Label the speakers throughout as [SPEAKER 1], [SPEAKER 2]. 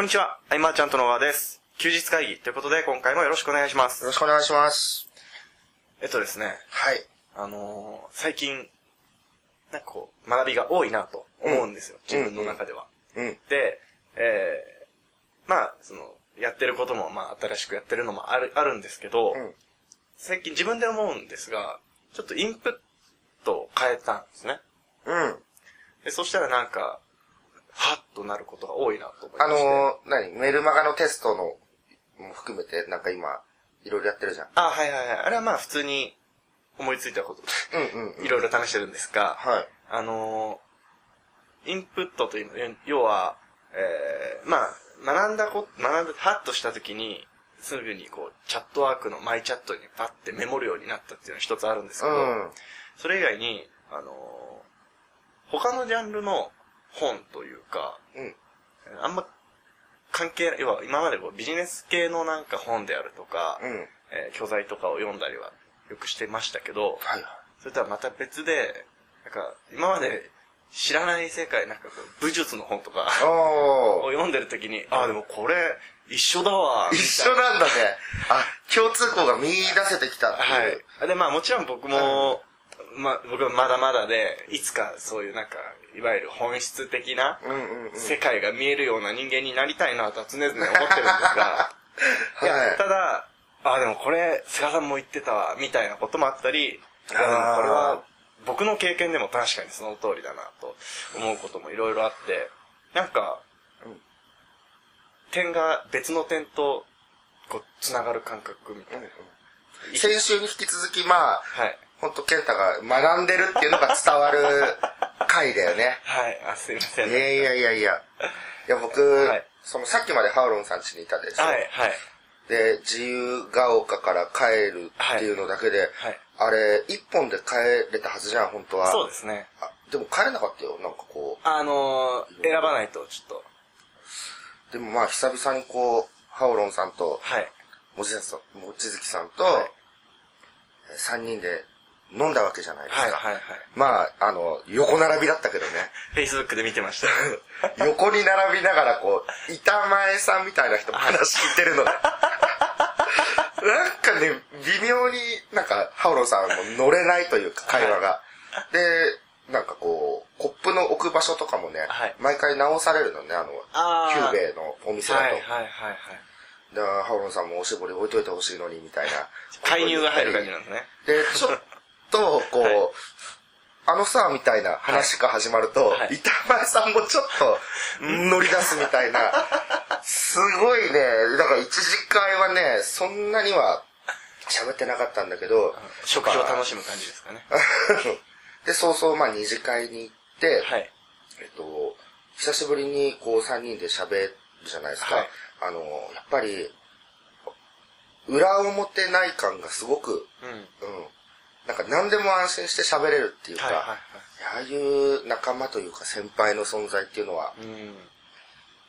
[SPEAKER 1] んにちは。アイマーちゃんと野川です。休日会議ということで、今回もよろしくお願いしま
[SPEAKER 2] よろ
[SPEAKER 1] す。
[SPEAKER 2] しくお願いします。
[SPEAKER 1] えっとですね、
[SPEAKER 2] はい。
[SPEAKER 1] あのー最近、なんかこう、学びが多いなと思うんですよ。
[SPEAKER 2] うん
[SPEAKER 1] 自分の中では。
[SPEAKER 2] うん。
[SPEAKER 1] で、えー、まあ、その、やってることも、まあ、新しくやってるのもある、あるんですけど、
[SPEAKER 2] うん。
[SPEAKER 1] 最近自分で思うんですが、ちょっとインプットを変えたんですね。
[SPEAKER 2] うん。
[SPEAKER 1] でそしたらなんか、はっとなることが多いなと思いま
[SPEAKER 2] あ
[SPEAKER 1] して。
[SPEAKER 2] のー、何メルマガのテストの、も含めて、なんか今、いろいろやってるじゃん。
[SPEAKER 1] あ、はいはいはい。あれはまあ普通に思いついたこと
[SPEAKER 2] うんうんうん
[SPEAKER 1] い。ろいろ試してるんですが、
[SPEAKER 2] はい。
[SPEAKER 1] あのーインプットというの要要は、えー、まあ、学んだこ、学んだ、ハッとした時に、すぐにこう、チャットワークのマイチャットにパッてメモるようになったっていうのが一つあるんですけ
[SPEAKER 2] う
[SPEAKER 1] ど、
[SPEAKER 2] ん。
[SPEAKER 1] それ以外に、あのー他のジャンルの本というか、
[SPEAKER 2] うん。
[SPEAKER 1] あんま関係ない、要は今までこうビジネス系のなんか本であるとか、
[SPEAKER 2] うん。はい
[SPEAKER 1] えー教材とかを読んだりはよくしてましたけど、
[SPEAKER 2] はい。
[SPEAKER 1] それとはまた別で、なんか、今まで知らない世界、なんかこう、武術の本とかを
[SPEAKER 2] おー。
[SPEAKER 1] 読んでる時に、ああ、でもこれ、一緒だわ、み
[SPEAKER 2] 一
[SPEAKER 1] たい
[SPEAKER 2] 緒
[SPEAKER 1] な。
[SPEAKER 2] なんだね。あ、共通項が見出せてきたって
[SPEAKER 1] は
[SPEAKER 2] いう。
[SPEAKER 1] い。で、まあもちろん僕も、まあ僕はまだまだで、いつかそういうなんか、いわゆる本質的な
[SPEAKER 2] うんうんうん。
[SPEAKER 1] 世界が見えるような人間になりたいなとは常々思ってるんです が、い
[SPEAKER 2] は
[SPEAKER 1] や、
[SPEAKER 2] い。
[SPEAKER 1] ただ、あ、でもこれ、菅さんも言ってたわ、みたいなこともあったり、いや、でもこれ
[SPEAKER 2] あー
[SPEAKER 1] は、僕の経験でも確かにその通りだな、と思うこともいろいろあって、なんか
[SPEAKER 2] うん、
[SPEAKER 1] 点が別の点と、こう、繋がる感覚みたいな。
[SPEAKER 2] うん先週に引き続き、まあ、
[SPEAKER 1] はい。
[SPEAKER 2] ほんと、健太が学んでるっていうのが伝わる回だよね。
[SPEAKER 1] はい、あ、すいません。
[SPEAKER 2] い
[SPEAKER 1] はい、
[SPEAKER 2] やいやいやいや。いや、僕、
[SPEAKER 1] はい
[SPEAKER 2] そのさっきまでハウロンさん家にいたでしょ。
[SPEAKER 1] はい、
[SPEAKER 2] で、自由が丘から帰るっていうのだけで、
[SPEAKER 1] はい。
[SPEAKER 2] あれ、一本で帰れたはずじゃん、本当は。
[SPEAKER 1] そうですね。
[SPEAKER 2] あでも帰れなかったよ、なんかこ
[SPEAKER 1] あのー、選ばないと、ちょっと、
[SPEAKER 2] う。でもまあ、久々にこう、ハオロンさんと、
[SPEAKER 1] はい。
[SPEAKER 2] もちさん、もちづきさんと、
[SPEAKER 1] はい
[SPEAKER 2] えー三3人で飲んだわけじゃないですか。
[SPEAKER 1] はい、はい、はい。
[SPEAKER 2] まあ、あの、横並びだったけどね。
[SPEAKER 1] Facebook で見てま した。
[SPEAKER 2] 横に並びながらこう、板前さんみたいな人も話聞いて るので。なんかね、微妙になんか、ハオロンさんも乗れないというか、会話が。で、なんかこう、コップの置く場所とかもね、
[SPEAKER 1] はい
[SPEAKER 2] 毎回直されるのね、あの、
[SPEAKER 1] あ
[SPEAKER 2] キュ
[SPEAKER 1] ー
[SPEAKER 2] ーベイのお店だ
[SPEAKER 1] はい、
[SPEAKER 2] と。
[SPEAKER 1] はい、はい、はい。
[SPEAKER 2] だからハオロンさんもおしぼり置いといてほしいのに、みたいな。
[SPEAKER 1] 介入が入る感じなんですね。
[SPEAKER 2] で、ちょっと、こう、
[SPEAKER 1] はい
[SPEAKER 2] あのさ、みたいな話が始まると、
[SPEAKER 1] はい
[SPEAKER 2] 板前さんもちょっと乗り出すみたいな、すごいね、だから一次会はね、そんなには喋ってなかったんだけど、
[SPEAKER 1] 食事を楽しむ感じですかね。
[SPEAKER 2] で、そうそう、まあ二次会に行って、
[SPEAKER 1] はい。
[SPEAKER 2] えっと、久しぶりにこう3人で喋るじゃないですか。
[SPEAKER 1] はい
[SPEAKER 2] あの、やっぱり、裏表ない感がすごく、
[SPEAKER 1] うん。はい
[SPEAKER 2] うん。なんか何でも安心して喋れるっていうか、
[SPEAKER 1] はいは。
[SPEAKER 2] ああいう仲間というか先輩の存在っていうのはい
[SPEAKER 1] うん。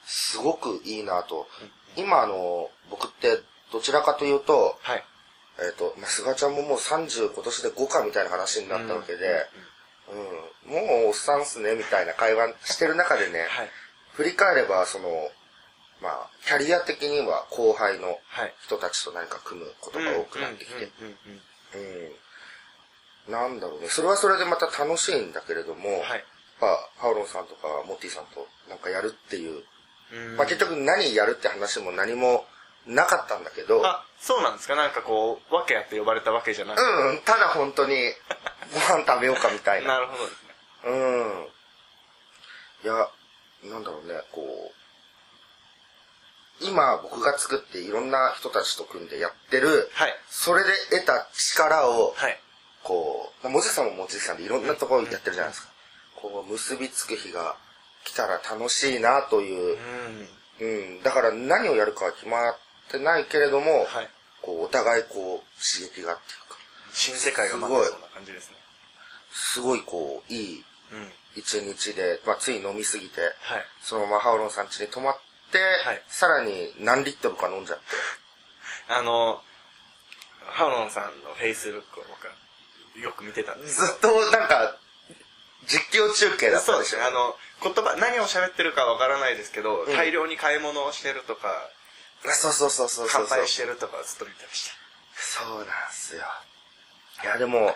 [SPEAKER 2] すごくいいなと。今あの、僕ってどちらかというと、
[SPEAKER 1] はい。
[SPEAKER 2] えっ、と、まあ、菅ちゃんももう30今年で5かみたいな話になったわけで、うん、もうおっさんっすねみたいな会話してる中でね、
[SPEAKER 1] はい。
[SPEAKER 2] 振り返ればその、まあ、キャリア的には後輩の
[SPEAKER 1] はい。
[SPEAKER 2] 人たちと何か組むことが多くなってきて、
[SPEAKER 1] うんうんうんうん
[SPEAKER 2] うん。なんだろうね。それはそれでまた楽しいんだけれども、
[SPEAKER 1] は
[SPEAKER 2] やっ
[SPEAKER 1] い。
[SPEAKER 2] ぱ、パウロンさんとかモッティさんとなんかやるっていう、
[SPEAKER 1] うん
[SPEAKER 2] まあ結局何やるって話も何もなかったんだけど、
[SPEAKER 1] あ、そうなんですかなんかこう、訳あって呼ばれたわけじゃなくて。
[SPEAKER 2] うん、ただ本当にご飯食べようかみたいな。
[SPEAKER 1] なるほどですね。
[SPEAKER 2] うん。いや、なんだろうね、こう、今僕が作っていろんな人たちと組んでやってる、
[SPEAKER 1] はい。
[SPEAKER 2] それで得た力を、
[SPEAKER 1] はい。
[SPEAKER 2] こう、もちさんももちさんでいろんなところやってるじゃないですか。こう、結びつく日が来たら楽しいなという
[SPEAKER 1] う、ん。
[SPEAKER 2] うん、だから何をやるかは決まってないけれども、
[SPEAKER 1] はい。
[SPEAKER 2] こう、お互いこう、刺激がっていうか、
[SPEAKER 1] 新世界が待ってそうな感じですね。
[SPEAKER 2] すごいこう、いい
[SPEAKER 1] うん。
[SPEAKER 2] 一日で、まあ、つい飲みすぎて、
[SPEAKER 1] はい。
[SPEAKER 2] そのままハオロンさん家に泊まって、
[SPEAKER 1] はい
[SPEAKER 2] さらに何リットルか飲んじゃって。
[SPEAKER 1] あの、ハウロンさんの Facebook を僕はよく見てたんです
[SPEAKER 2] ずっとなんか、実況中継だった
[SPEAKER 1] そう
[SPEAKER 2] で
[SPEAKER 1] で
[SPEAKER 2] し
[SPEAKER 1] す
[SPEAKER 2] ょ
[SPEAKER 1] ね。。あの、言葉、何を喋ってるかわからないですけど、
[SPEAKER 2] うん
[SPEAKER 1] 大量に買い物をしてるとか、
[SPEAKER 2] あそうそうそうそうそう
[SPEAKER 1] 乾
[SPEAKER 2] そう
[SPEAKER 1] 杯してるとかずっと見てまし
[SPEAKER 2] そうなんすよいやでも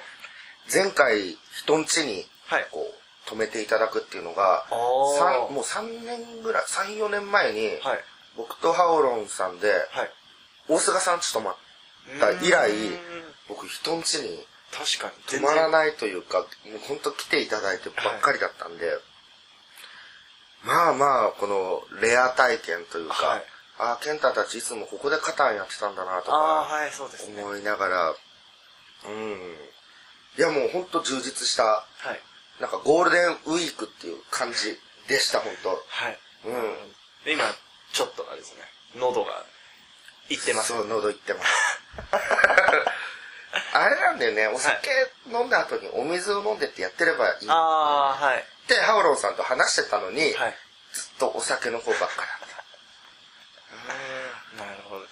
[SPEAKER 2] 前回人ん家に
[SPEAKER 1] はい
[SPEAKER 2] こう泊めていただくっていうのが、
[SPEAKER 1] あー
[SPEAKER 2] 三もう3年ぐらい34年前に、
[SPEAKER 1] た。はい。
[SPEAKER 2] 僕とハオロンさんで
[SPEAKER 1] はい。
[SPEAKER 2] 大菅さんち泊まった以来
[SPEAKER 1] うーん
[SPEAKER 2] 僕人ん家に
[SPEAKER 1] 確かに。
[SPEAKER 2] 止まら
[SPEAKER 1] い。
[SPEAKER 2] ないというか、もう本当来ていただいてばっかりだったんで、まあまあ、このレア体験というか、
[SPEAKER 1] はい
[SPEAKER 2] ああ、ケンタたちいつもここでカタンやってたんだなと
[SPEAKER 1] ああ、
[SPEAKER 2] か
[SPEAKER 1] はい、そうですね。
[SPEAKER 2] 思いながら、うん。いやもう本当充実した、
[SPEAKER 1] はい。
[SPEAKER 2] なんかゴールデンウィークっていう感じでした、本当
[SPEAKER 1] はい。
[SPEAKER 2] うん。
[SPEAKER 1] で今、ちょっとあれですね、喉が、いってます。
[SPEAKER 2] そう、喉いっ てます。あれなんだよね、お酒飲んだ後にお水を飲んでってやってればいいっ
[SPEAKER 1] ああ、はい。
[SPEAKER 2] て、ハオロンさんと話してたのに、
[SPEAKER 1] はい。
[SPEAKER 2] ずっとお酒の方ばっか
[SPEAKER 1] なるほど。
[SPEAKER 2] だっ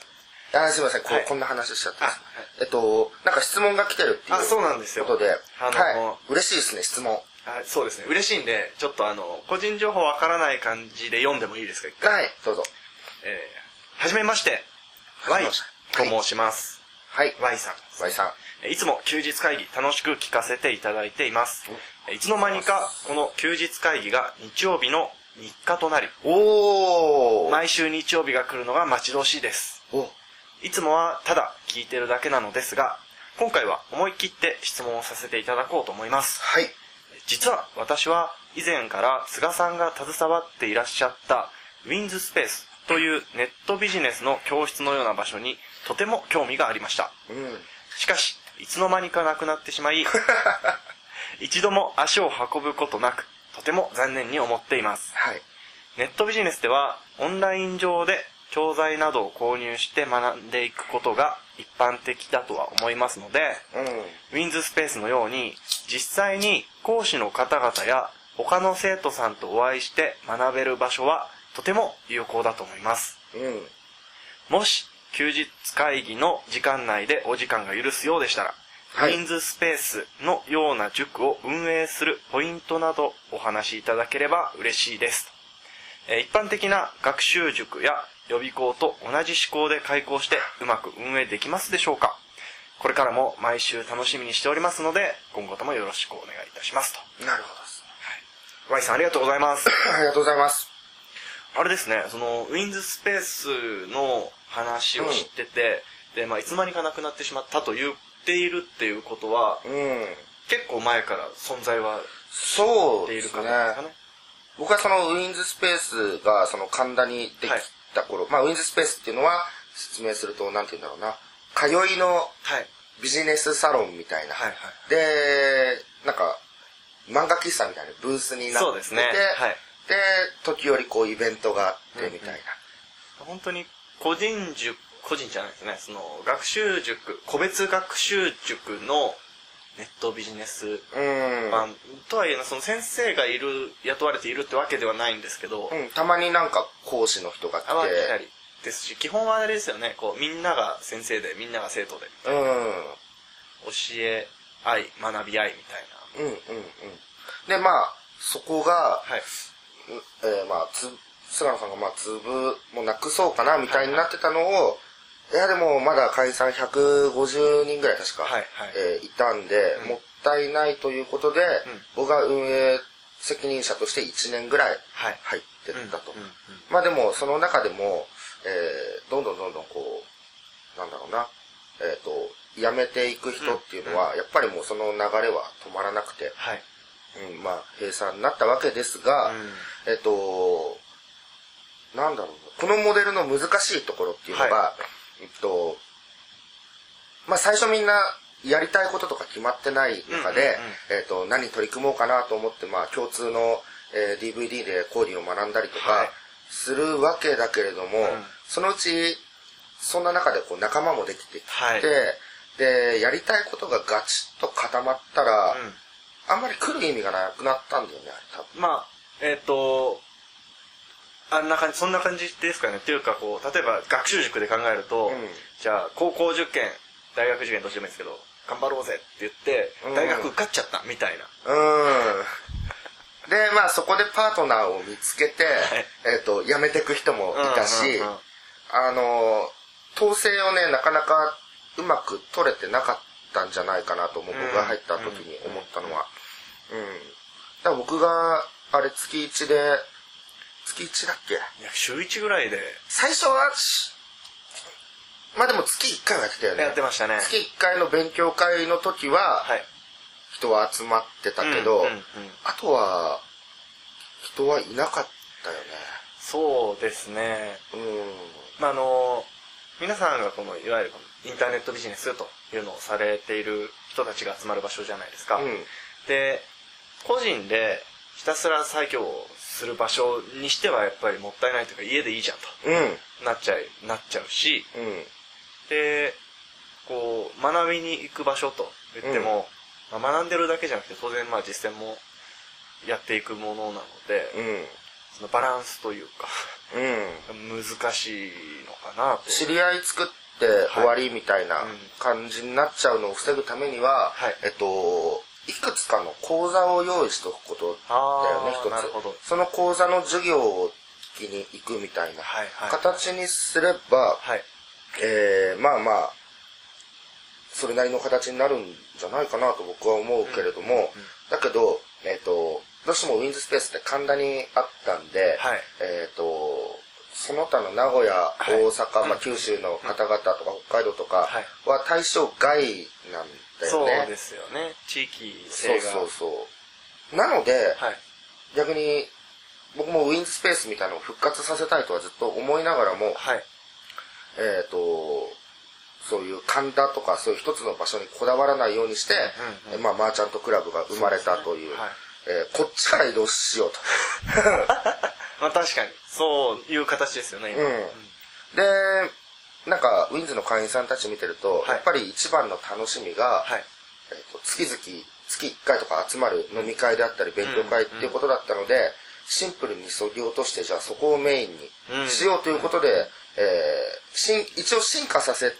[SPEAKER 2] た。あ、すいません、こ,、
[SPEAKER 1] はい
[SPEAKER 2] こんな話しちゃって
[SPEAKER 1] あはい。
[SPEAKER 2] えっと、なんか質問が来てるっていう
[SPEAKER 1] あそうなんですよ
[SPEAKER 2] ことで、
[SPEAKER 1] あの
[SPEAKER 2] はい。嬉しいですね、質問。は
[SPEAKER 1] あそうですね。嬉しいんで、ちょっとあの、個人情報わからない感じで読んでもいいですか一回
[SPEAKER 2] い、どうぞ。
[SPEAKER 1] えー、はじめまして。
[SPEAKER 2] は
[SPEAKER 1] Y
[SPEAKER 2] じめまして
[SPEAKER 1] と申します。
[SPEAKER 2] はい。
[SPEAKER 1] Y さん。
[SPEAKER 2] Y さん。
[SPEAKER 1] えーいつも休日会議楽しく聞かせていただいています。えーいつの間にか、この休日会議が日曜日の日課となり、
[SPEAKER 2] おー。
[SPEAKER 1] 毎週日曜日が来るのが待ち遠しいです。
[SPEAKER 2] お
[SPEAKER 1] いつもはただ聞いてるだけなのですが、今回は思い切って質問をさせていただこうと思います。
[SPEAKER 2] はい。
[SPEAKER 1] 実は私は以前から菅さんが携わっていらっしゃったウィンズスペースというネットビジネスの教室のような場所にとても興味がありました。
[SPEAKER 2] うん。
[SPEAKER 1] しかし、いつの間にかなくなってしまい、一度も足を運ぶことなく、とても残念に思っています。
[SPEAKER 2] はい。
[SPEAKER 1] ネットビジネスではオンライン上で教材などを購入して学んでいくことが一般的だとは思いますので、
[SPEAKER 2] うん。
[SPEAKER 1] ウィンズスペースのように、実際に講師の方々や他の生徒さんとお会いして学べる場所はとても有効だと思います。
[SPEAKER 2] うん。
[SPEAKER 1] もし、休日会議の時間内でお時間が許すようでしたら、
[SPEAKER 2] はい
[SPEAKER 1] ウィンズスペースのような塾を運営するポイントなどお話しいただければ嬉しいです。えー一般的な学習塾や予備校と同じ思考で開校してうまく運営できますでしょうかこれからも毎週楽しみにしておりますので、今後ともよろしくお願いいたしますと。
[SPEAKER 2] なるほどっす
[SPEAKER 1] Y さんありがとうございます。
[SPEAKER 2] ありがとうございます。
[SPEAKER 1] あれですね、その、ウィンズスペースの話を知ってて、で、まあ、いつまにかなくなってしまったと言っているっていうことは、
[SPEAKER 2] うん。
[SPEAKER 1] 結構前から存在は
[SPEAKER 2] そう
[SPEAKER 1] 出てい
[SPEAKER 2] で
[SPEAKER 1] る
[SPEAKER 2] す
[SPEAKER 1] 方
[SPEAKER 2] ね。
[SPEAKER 1] ですかね。
[SPEAKER 2] 僕はそのウィンズスペースがその神田にできた頃、まあウィンズスペースっていうのは説明するとなんて言うんだろうな、通いの
[SPEAKER 1] はい。
[SPEAKER 2] ビジネスサロンみたいな。
[SPEAKER 1] はいはい。
[SPEAKER 2] で、なんか、漫画喫茶みたいなブースになってて、
[SPEAKER 1] そうですねはい
[SPEAKER 2] で、時折こうイベントがあってみたいな。
[SPEAKER 1] 本当に、個人塾、個人じゃないですね、その、学習塾、個別学習塾のネットビジネス
[SPEAKER 2] うん、
[SPEAKER 1] 版、とはいえ、その先生がいる、雇われているってわけではないんですけど、
[SPEAKER 2] うんたまになんか講師の人が来て、
[SPEAKER 1] 泡来たりですし、基本はあれですよね、こう、みんなが先生で、みんなが生徒で、
[SPEAKER 2] うん、
[SPEAKER 1] 教え合い、学び合いみたいな。
[SPEAKER 2] うん、うん、うん。で、まあ、そこが、
[SPEAKER 1] はい。
[SPEAKER 2] えーまあ、つ、菅野さんがまあ、粒もなくそうかな、みたいになってたのを、いや、でも、まだ会員さん150人ぐらい確か、
[SPEAKER 1] はいはい
[SPEAKER 2] えーいたんで、
[SPEAKER 1] うん
[SPEAKER 2] もったいないということで、僕が運営責任者として1年ぐらい
[SPEAKER 1] はい。
[SPEAKER 2] 入ってったと。
[SPEAKER 1] うんうん
[SPEAKER 2] まあでも、その中でも、えーどんどんどんどんこう、なんだろうな、えっ、と、辞めていく人っていうのは、やっぱりもうその流れは止まらなくて、
[SPEAKER 1] はい。
[SPEAKER 2] うん、まあ、閉鎖になったわけですが、
[SPEAKER 1] うん
[SPEAKER 2] えっと、なんだろうなこのモデルの難しいところっていうのが、
[SPEAKER 1] は
[SPEAKER 2] えっと、まあ最初みんなやりたいこととか決まってない中で、えっと、何取り組もうかなと思って、まあ共通の、えー DVD でコーディを学んだりと
[SPEAKER 1] は
[SPEAKER 2] か
[SPEAKER 1] い
[SPEAKER 2] するわけだけれども、
[SPEAKER 1] ん
[SPEAKER 2] そのうち、そんな中でこう仲間もできてきて、
[SPEAKER 1] はい
[SPEAKER 2] で、やりたいことがガチッと固まったら、あんまり来る意味がなくなったんだよね、あれ多分。
[SPEAKER 1] うんまあ、えっ、と、あんな感じ、そんな感じですかね。っていうか、こう、例えば学習塾で考えると、
[SPEAKER 2] うん
[SPEAKER 1] じゃあ、高校受験、大学受験どっちでもいいんですけど、頑張ろうぜって言って
[SPEAKER 2] う、ん
[SPEAKER 1] 大学受かっちゃったみたいな。
[SPEAKER 2] うーん。で、まあそこでパートナーを見つけて、えっ、と、辞めてく人もいたし、
[SPEAKER 1] うんうんうん
[SPEAKER 2] あの、統制をね、なかなかうまく取れてなかったんじゃないかなと思う、
[SPEAKER 1] うん
[SPEAKER 2] 僕が入った時に思ったのは。うん。だから僕が、あれ月1で、月1だっけ
[SPEAKER 1] いや、週1ぐらいで
[SPEAKER 2] 最初はし、まあでも月1回はやってたよね。
[SPEAKER 1] やってましたね。
[SPEAKER 2] 月1回の勉強会の時は、
[SPEAKER 1] はい。
[SPEAKER 2] 人は集まってたけど、
[SPEAKER 1] うんうんうん
[SPEAKER 2] あとは、人はいなかったよ
[SPEAKER 1] そうですね。
[SPEAKER 2] ね。
[SPEAKER 1] まあ、あの、皆さんがこの、いわゆるこのインターネットビジネスというのをされている人たちが集まる場所じゃないですか。
[SPEAKER 2] うん。うん。
[SPEAKER 1] で、個人でひたすら作業をする場所にしてはやっぱりもったいないというか、家でいいじゃん
[SPEAKER 2] うん。
[SPEAKER 1] となっちゃい、なっちゃうし、
[SPEAKER 2] うん。
[SPEAKER 1] で、こう、学びに行く場所と言っても、まあ学んでるだけじゃなくて当然まあ実践もやっていくものなので、
[SPEAKER 2] うん。
[SPEAKER 1] そのバランスというか、
[SPEAKER 2] うん。
[SPEAKER 1] 難しいのかなと。
[SPEAKER 2] 知り合い作って終わりみたいな感じになっちゃうのを防ぐためには、
[SPEAKER 1] はい
[SPEAKER 2] えっと、いくつかの講座を用意しておくことだよ
[SPEAKER 1] あ
[SPEAKER 2] ね、一
[SPEAKER 1] あ、
[SPEAKER 2] つ。
[SPEAKER 1] なるほど。
[SPEAKER 2] その講座の授業を聞きに行くみたいな
[SPEAKER 1] はいはい。
[SPEAKER 2] 形にすれば、
[SPEAKER 1] はい。
[SPEAKER 2] えーまあまあ、それなりの形になるんじゃないかなと僕は思うけれども、だけど、えっ、と、どうしてもウィンズスペースって神田にあったんで、
[SPEAKER 1] はい
[SPEAKER 2] えっ、と、その他の名古屋、
[SPEAKER 1] い
[SPEAKER 2] 大阪、まあ、九州の方々とか北海道とか
[SPEAKER 1] はい
[SPEAKER 2] は対象外なんだ
[SPEAKER 1] そ
[SPEAKER 2] よ
[SPEAKER 1] う
[SPEAKER 2] ね。
[SPEAKER 1] ですよね。地域
[SPEAKER 2] そ
[SPEAKER 1] 性
[SPEAKER 2] う
[SPEAKER 1] が。
[SPEAKER 2] そうそう。なので、
[SPEAKER 1] はい。
[SPEAKER 2] 逆に僕もウィンズスペースみたいなのを復活させたいとはずっと思いながらも、
[SPEAKER 1] はい。
[SPEAKER 2] えっ、と、そういう神田とかそういう一つの場所にこだわらないようにして、
[SPEAKER 1] うんうん
[SPEAKER 2] まあ、マーチャントクラブが生まれたという、
[SPEAKER 1] はい
[SPEAKER 2] えーこっちから移動しようと。
[SPEAKER 1] まあ確かに、そういう形ですよね、今。
[SPEAKER 2] うんで、なんか、ウィンズの会員さんたち見てると、
[SPEAKER 1] はい
[SPEAKER 2] やっぱり一番の楽しみが、
[SPEAKER 1] はい。
[SPEAKER 2] えーと月々、月1回とか集まる飲み会であったり、勉強会っていうことだったので、シンプルに削ぎ落として、じゃあそこをメインにしようということで、えーしん一応進化させ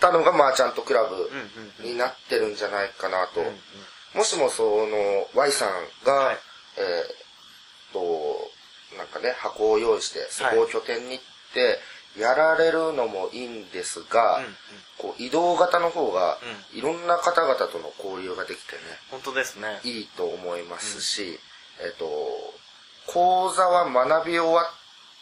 [SPEAKER 2] たのがマーチャントクラブ
[SPEAKER 1] うん
[SPEAKER 2] になってるんじゃないかなと。
[SPEAKER 1] うんうん
[SPEAKER 2] もしもその Y さんが、
[SPEAKER 1] はい
[SPEAKER 2] えーと、なんかね、箱を用意して、そこを拠点にって、やられるのもいいんですが、
[SPEAKER 1] うんうん
[SPEAKER 2] こう移動型の方が、
[SPEAKER 1] う
[SPEAKER 2] いろんな方々との交流ができてね、
[SPEAKER 1] 本当ですね。
[SPEAKER 2] いいと思いますし、えっ、と、講座は学び終わっ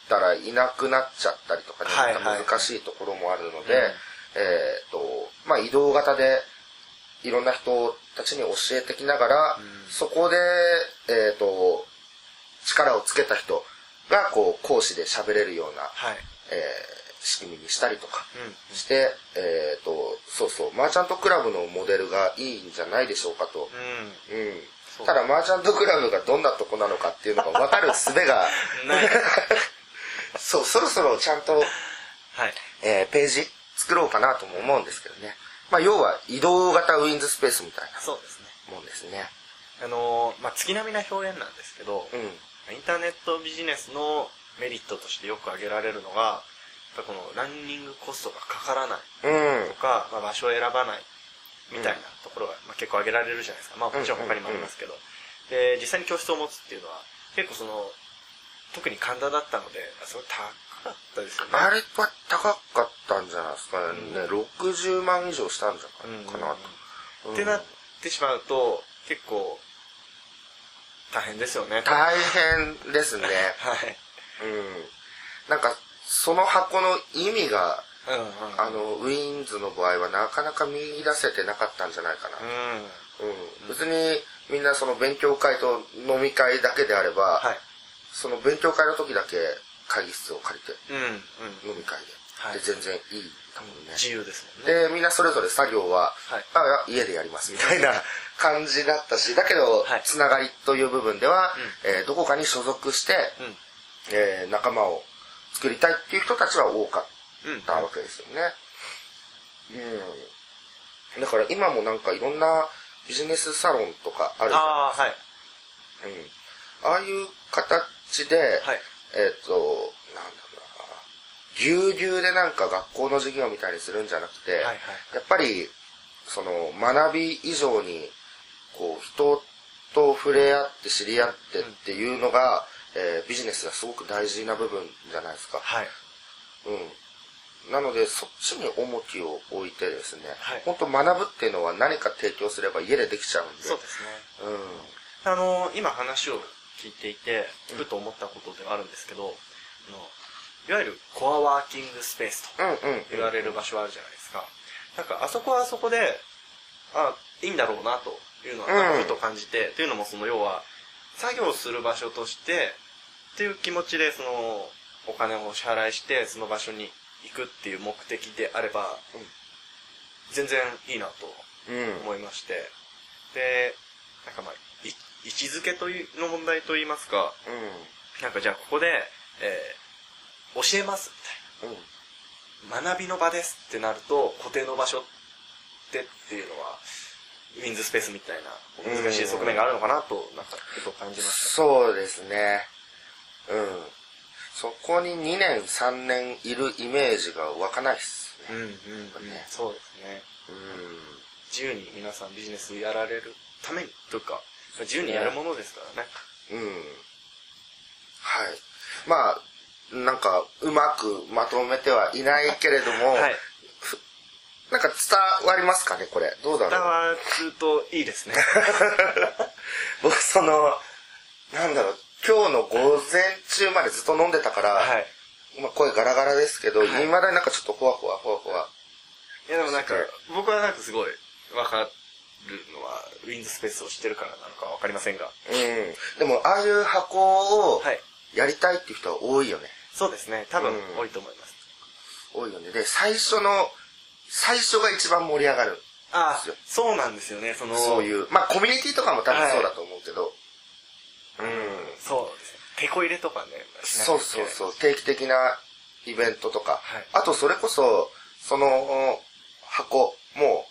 [SPEAKER 2] たらいなくなっちゃったりとかね、
[SPEAKER 1] はい
[SPEAKER 2] また
[SPEAKER 1] は
[SPEAKER 2] 難
[SPEAKER 1] い
[SPEAKER 2] しいところもあるので、
[SPEAKER 1] うん
[SPEAKER 2] えっ、と、まあ移動型でいろんな人たちに教えてきながら、
[SPEAKER 1] うん
[SPEAKER 2] そこで、えっ、と、力をつけた人がこう講師で喋れるような、
[SPEAKER 1] はい。
[SPEAKER 2] えー仕組みにしたりとか、
[SPEAKER 1] う
[SPEAKER 2] して、えっ、と、そうそう、マーチャントクラブのモデルがいいんじゃないでしょうかと。
[SPEAKER 1] ん。うん。
[SPEAKER 2] う
[SPEAKER 1] そ
[SPEAKER 2] ん。
[SPEAKER 1] う
[SPEAKER 2] ただ、マーチャントクラブがどんなとこなのかっていうのが分かる術が、
[SPEAKER 1] ない。
[SPEAKER 2] そう、そろそろちゃんと、
[SPEAKER 1] はい。
[SPEAKER 2] えーページ作ろうかなとも思うんですけどね。まあ、要は移動型ウィンズスペースみたい
[SPEAKER 1] そうですね。
[SPEAKER 2] なもんですね。
[SPEAKER 1] あのーまあ、月並みな表現なんですけど、
[SPEAKER 2] うん。
[SPEAKER 1] インターネットビジネスのメリットとしてよく挙げられるのが、やっぱこのランニングコストがかからない
[SPEAKER 2] うん。
[SPEAKER 1] とか、まあ、場所を選ばないみたいなところが、まあ、結構挙げられるじゃないですか。まあもちろん他にもありますけど。で、実際に教室を持つっていうのは、結構その、特に神田だったので、すごい高かったですよね。
[SPEAKER 2] あれは高かったんじゃないですかね。60万以上したんじゃないかなと。
[SPEAKER 1] ってなってしまうと、結構、大変ですよね。はい。
[SPEAKER 2] 大変ですね。うん。なんか、その箱の意味が、
[SPEAKER 1] うんうん。
[SPEAKER 2] あの、ウィンズの場合はなかなか見出せてなかったんじゃないかな。
[SPEAKER 1] うん。
[SPEAKER 2] うん。別に、みんなその勉強会と飲み会だけであれば、
[SPEAKER 1] はい。
[SPEAKER 2] その勉強会の時だけ会議室を借りて、
[SPEAKER 1] うん。うん。
[SPEAKER 2] 飲み会で。
[SPEAKER 1] はい
[SPEAKER 2] で、全然いいんだもんね。
[SPEAKER 1] 自由ですもんね。
[SPEAKER 2] で、みんなそれぞれ作業は、
[SPEAKER 1] はい
[SPEAKER 2] あ家でやりますみたいな感じだったし、だけど、
[SPEAKER 1] はい
[SPEAKER 2] つながりという部分では、えーどこかに所属して、
[SPEAKER 1] う
[SPEAKER 2] えー仲間を作りたいっていう人たちは多か
[SPEAKER 1] ん。うん
[SPEAKER 2] っ。たわけですよね。うん。だから今もなんかいろんなビジネスサロンとかあるじゃん
[SPEAKER 1] ああ、はい。
[SPEAKER 2] うん。ああいう形で、
[SPEAKER 1] はい。
[SPEAKER 2] えっ、と、なんだろうな。ぎゅうぎゅうでなんか学校の授業みたいにするんじゃなくて、
[SPEAKER 1] いはい
[SPEAKER 2] やっぱり、その、学び以上に、こう、人と触れ合って知り合ってっていうのが、えービジネスがすごく大事な部分じゃないですか。
[SPEAKER 1] はい。
[SPEAKER 2] うん。なので、そっちに重きを置いてですね、
[SPEAKER 1] はい
[SPEAKER 2] 本当学ぶっていうのは何か提供すれば家でできちゃうんで、
[SPEAKER 1] そうですね。
[SPEAKER 2] うん。
[SPEAKER 1] あの、今話を聞いていて、ふと思ったことではあるんですけど、あのいわゆるコアワーキングスペースと
[SPEAKER 2] うんうん。
[SPEAKER 1] 言われる場所あるじゃないですか。なんか、あそこはあそこで、あ、いいんだろうなというのは、
[SPEAKER 2] うん
[SPEAKER 1] なんかふと感じて、というのもその要は、作業する場所として、っていう気持ちで、その、お金をお支払いして、その場所に行くっていう目的であれば、
[SPEAKER 2] うん
[SPEAKER 1] 全然いいなと
[SPEAKER 2] うん。
[SPEAKER 1] 思いまして、で、なんかまあ、い位置づけというの問題といいますか、なんかじゃあここで、えー教えます
[SPEAKER 2] うん。うん。
[SPEAKER 1] みたいな、学びの場ですってなると、固定の場所ってっていうのは、ウィンズスペースみたいな難しい側面があるのかなと、なんか、ふと感じまし
[SPEAKER 2] そうですね。うん。そこに2年、3年いるイメージが湧かないっす
[SPEAKER 1] た。
[SPEAKER 2] ね。
[SPEAKER 1] うんうん、うん、そうですね。
[SPEAKER 2] う
[SPEAKER 1] 自由に皆さんビジネスやられるために、というか、自由にやるものですから、なんか、
[SPEAKER 2] ん。うん。はい。まあ、なんか、うまくまとめてはいないけれども、
[SPEAKER 1] はい。
[SPEAKER 2] なんか伝わりますかね、これ。どうだ
[SPEAKER 1] 伝
[SPEAKER 2] ろう。
[SPEAKER 1] わるといいですね。
[SPEAKER 2] 僕、その、なんだろう、今日の午前中までずっと飲んでたから、
[SPEAKER 1] はい。
[SPEAKER 2] まあ、声ガラガラですけど、
[SPEAKER 1] はい
[SPEAKER 2] 未だになんかちょっとほわほわほわほわ。
[SPEAKER 1] いやでもなんか
[SPEAKER 2] はい、
[SPEAKER 1] 僕はなんかすごい分かるのは、ウィンズスペースを知ってるからなのか分かりませんが。は
[SPEAKER 2] うん。でも、ああいう箱を、
[SPEAKER 1] い。
[SPEAKER 2] やりたいっていう人は多いよね。
[SPEAKER 1] そうですね。多分
[SPEAKER 2] うん
[SPEAKER 1] 多いと思います。
[SPEAKER 2] 多いよね。で、最初の、最初が一番盛り上がる。
[SPEAKER 1] あ
[SPEAKER 2] そう
[SPEAKER 1] あ、そうなんですよね。その、
[SPEAKER 2] そういう。まあ、コミュニティとかも多分そうだと思うけど。うん。
[SPEAKER 1] そうですね。手こ入れとかね。
[SPEAKER 2] そうそう
[SPEAKER 1] う。
[SPEAKER 2] そう。定期的なイベントとか。
[SPEAKER 1] はい
[SPEAKER 2] あと、それこそ、その、箱、も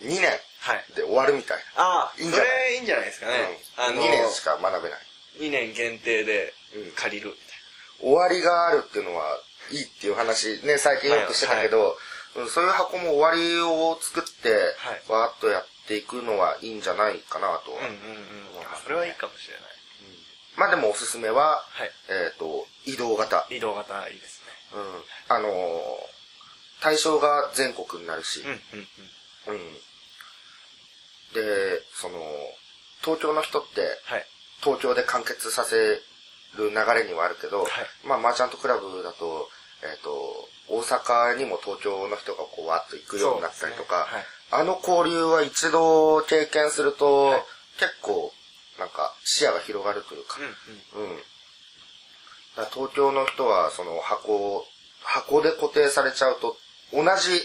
[SPEAKER 2] う、2年
[SPEAKER 1] はい。
[SPEAKER 2] で終わるみたい
[SPEAKER 1] ああ、
[SPEAKER 2] いいん
[SPEAKER 1] そ
[SPEAKER 2] じゃない
[SPEAKER 1] れいいんじゃないですか
[SPEAKER 2] な。
[SPEAKER 1] ね。あの、
[SPEAKER 2] 2年しか学べない。
[SPEAKER 1] 2年限定で
[SPEAKER 2] うん
[SPEAKER 1] 借りるみ
[SPEAKER 2] 終わりがあるっていうのはいいっていう話ね、最近よくしてたけど、うんそういう箱も終わりを作って、
[SPEAKER 1] はい
[SPEAKER 2] わーっとやっていくのはいいんじゃないかなと。
[SPEAKER 1] たいな。うんうんうん。あそれはいいかもしれない。
[SPEAKER 2] まあでもおすすめは、
[SPEAKER 1] はい。
[SPEAKER 2] えっ、と、移動型。
[SPEAKER 1] 移動型いいですね。
[SPEAKER 2] うん。あのー対象が全国になるし、
[SPEAKER 1] うんうんうん。
[SPEAKER 2] うん。で、その、東京の人って、
[SPEAKER 1] はい。
[SPEAKER 2] 東京で完結させる流れにはあるけど、
[SPEAKER 1] はい
[SPEAKER 2] まあ、マーチャントクラブだと、えっ、と、大阪にも東京の人がこう、わっと行くようになったりとか、
[SPEAKER 1] そうですね
[SPEAKER 2] あの交流は一度経験すると、
[SPEAKER 1] はい
[SPEAKER 2] 結構、なんか、視野が広がるというか
[SPEAKER 1] う、んうん。
[SPEAKER 2] うん。だから東京の人は、その箱を、箱で固定されちゃうと、同じ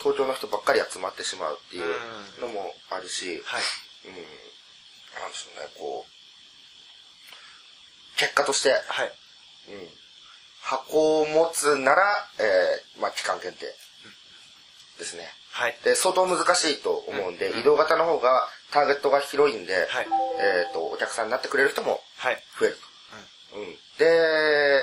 [SPEAKER 2] 東京の人ばっかり集まってしまうっていうのもあるし、
[SPEAKER 1] はい。
[SPEAKER 2] うん、なんでしょうね、こう、結果として、
[SPEAKER 1] はい。
[SPEAKER 2] うん、箱を持つなら、えー、まあ、期間限定ですね。
[SPEAKER 1] はい。
[SPEAKER 2] で、相当難しいと思うんで、
[SPEAKER 1] うん
[SPEAKER 2] 移動型の方がターゲットが広いんで、
[SPEAKER 1] はい。
[SPEAKER 2] えっ、と、お客さんになってくれる人も
[SPEAKER 1] はい。
[SPEAKER 2] 増えると。うん。で、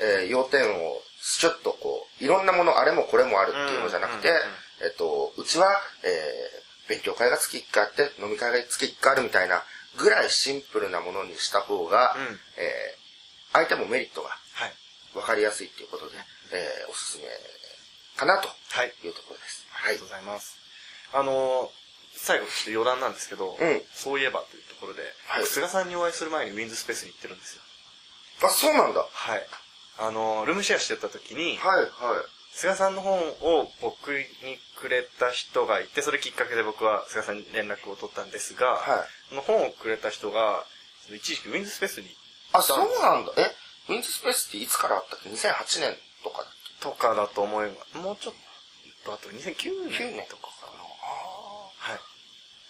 [SPEAKER 2] えー要点を、ちょっとこう、いろんなもの、あれもこれもあるっていうのじゃなくて、
[SPEAKER 1] うんうん
[SPEAKER 2] えっ、と、うちは、えー勉強会が月1回あって、飲み会が月1回あるみたいな、ぐらいシンプルなものにした方が、
[SPEAKER 1] うん
[SPEAKER 2] えー相手もメリットが
[SPEAKER 1] はい。
[SPEAKER 2] 分かりやすいっていうことで、えーおすすめかなと
[SPEAKER 1] はい。
[SPEAKER 2] いうところです。
[SPEAKER 1] あ
[SPEAKER 2] は
[SPEAKER 1] り
[SPEAKER 2] い
[SPEAKER 1] がとう。ございます。あのー、最後ちょっと余談なんですけど、
[SPEAKER 2] うん
[SPEAKER 1] そういえばというところで、
[SPEAKER 2] はい
[SPEAKER 1] 僕菅さんにお会いする前にウィンズスペースに行ってるんですよ。
[SPEAKER 2] あ、そうなんだ。は
[SPEAKER 1] は
[SPEAKER 2] い、
[SPEAKER 1] い。あのー、ルームシェアしてた時に、
[SPEAKER 2] はい。
[SPEAKER 1] 菅さんの本を僕にくれた人がいて、それきっかけで僕は菅さんに連絡を取ったんですが、
[SPEAKER 2] はい。
[SPEAKER 1] その本をくれた人が、その一時期ウィンズスペースに
[SPEAKER 2] あ、そうなんだ。え、ウィンズスペースっていつからあったっけ ?2008 年とかだっ
[SPEAKER 1] とかだと思います。もうちょっと、あと2009
[SPEAKER 2] 9年
[SPEAKER 1] 年とかか
[SPEAKER 2] け
[SPEAKER 1] な。
[SPEAKER 2] あ
[SPEAKER 1] はい。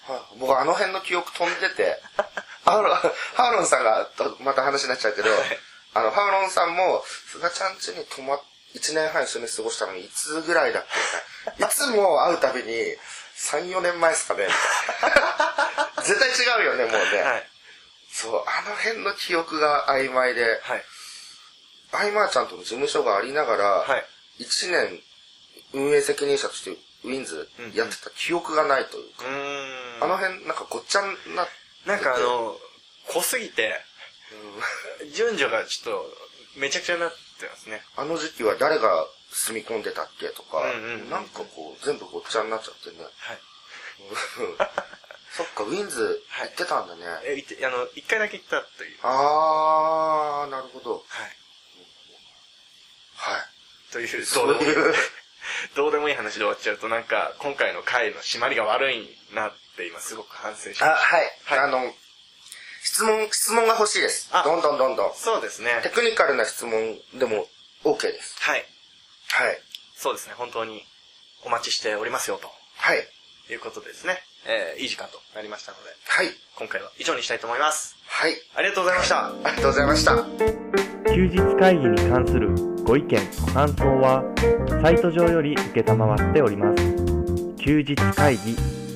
[SPEAKER 2] あ。はい。僕あの辺の記憶飛んでて、 ハーロン、ハーロンさんが、とまた話になっちゃうけど、あの、ハーロンさんも、菅ちゃん家に泊まっ、1年半一緒に過ごしたのに、いつぐらいだっけいつも会うたびに、3、4年前ですかね。 絶対違うよね、もうね。
[SPEAKER 1] はい。
[SPEAKER 2] そう、あの辺の記憶が曖昧で、
[SPEAKER 1] はい。
[SPEAKER 2] アイマーちゃんとの事務所がありながら、
[SPEAKER 1] はい。
[SPEAKER 2] 1年運営責任者としてウィンズやってた記憶がないというか、
[SPEAKER 1] うーん。
[SPEAKER 2] あの辺なんかごっちゃになっ
[SPEAKER 1] なんかあの、濃すぎて、順序がちょっと、めちゃくちゃになってますね。
[SPEAKER 2] あの時期は誰が住み込んでたっけとか、
[SPEAKER 1] うんうんうん
[SPEAKER 2] なんかこう、全部ごっちゃになっちゃってね。
[SPEAKER 1] はい。
[SPEAKER 2] そっか、ウィンズ行ってたんだね。
[SPEAKER 1] え、いて、あの、一回だけ行ったという。
[SPEAKER 2] あー、なるほど。
[SPEAKER 1] はい。
[SPEAKER 2] はい。
[SPEAKER 1] という、ど
[SPEAKER 2] そう
[SPEAKER 1] うでもいい、
[SPEAKER 2] いう、
[SPEAKER 1] どうでもいい話で終わっちゃうと、なんか、今回の回の締まりが悪いなって、今すごく反省し
[SPEAKER 2] あ、
[SPEAKER 1] まし
[SPEAKER 2] はい。
[SPEAKER 1] はい
[SPEAKER 2] あの、質問、質問が欲しいです。
[SPEAKER 1] あ
[SPEAKER 2] どんどんどんどん
[SPEAKER 1] た。。そうですね。
[SPEAKER 2] テクニカルな質問でも OK です。
[SPEAKER 1] はい。
[SPEAKER 2] はい。
[SPEAKER 1] そうですね。本当に、お待ちしておりますよ、と
[SPEAKER 2] はい。
[SPEAKER 1] いうことですね。えー、いい時間となりましたので、
[SPEAKER 2] はい。
[SPEAKER 1] 今回は以上にしたいと思います。
[SPEAKER 2] はい。
[SPEAKER 1] ありがとうございました。
[SPEAKER 2] ありがとうございました。
[SPEAKER 3] 休日会議に関するご意見ご感想はサイト上より承っております休日会議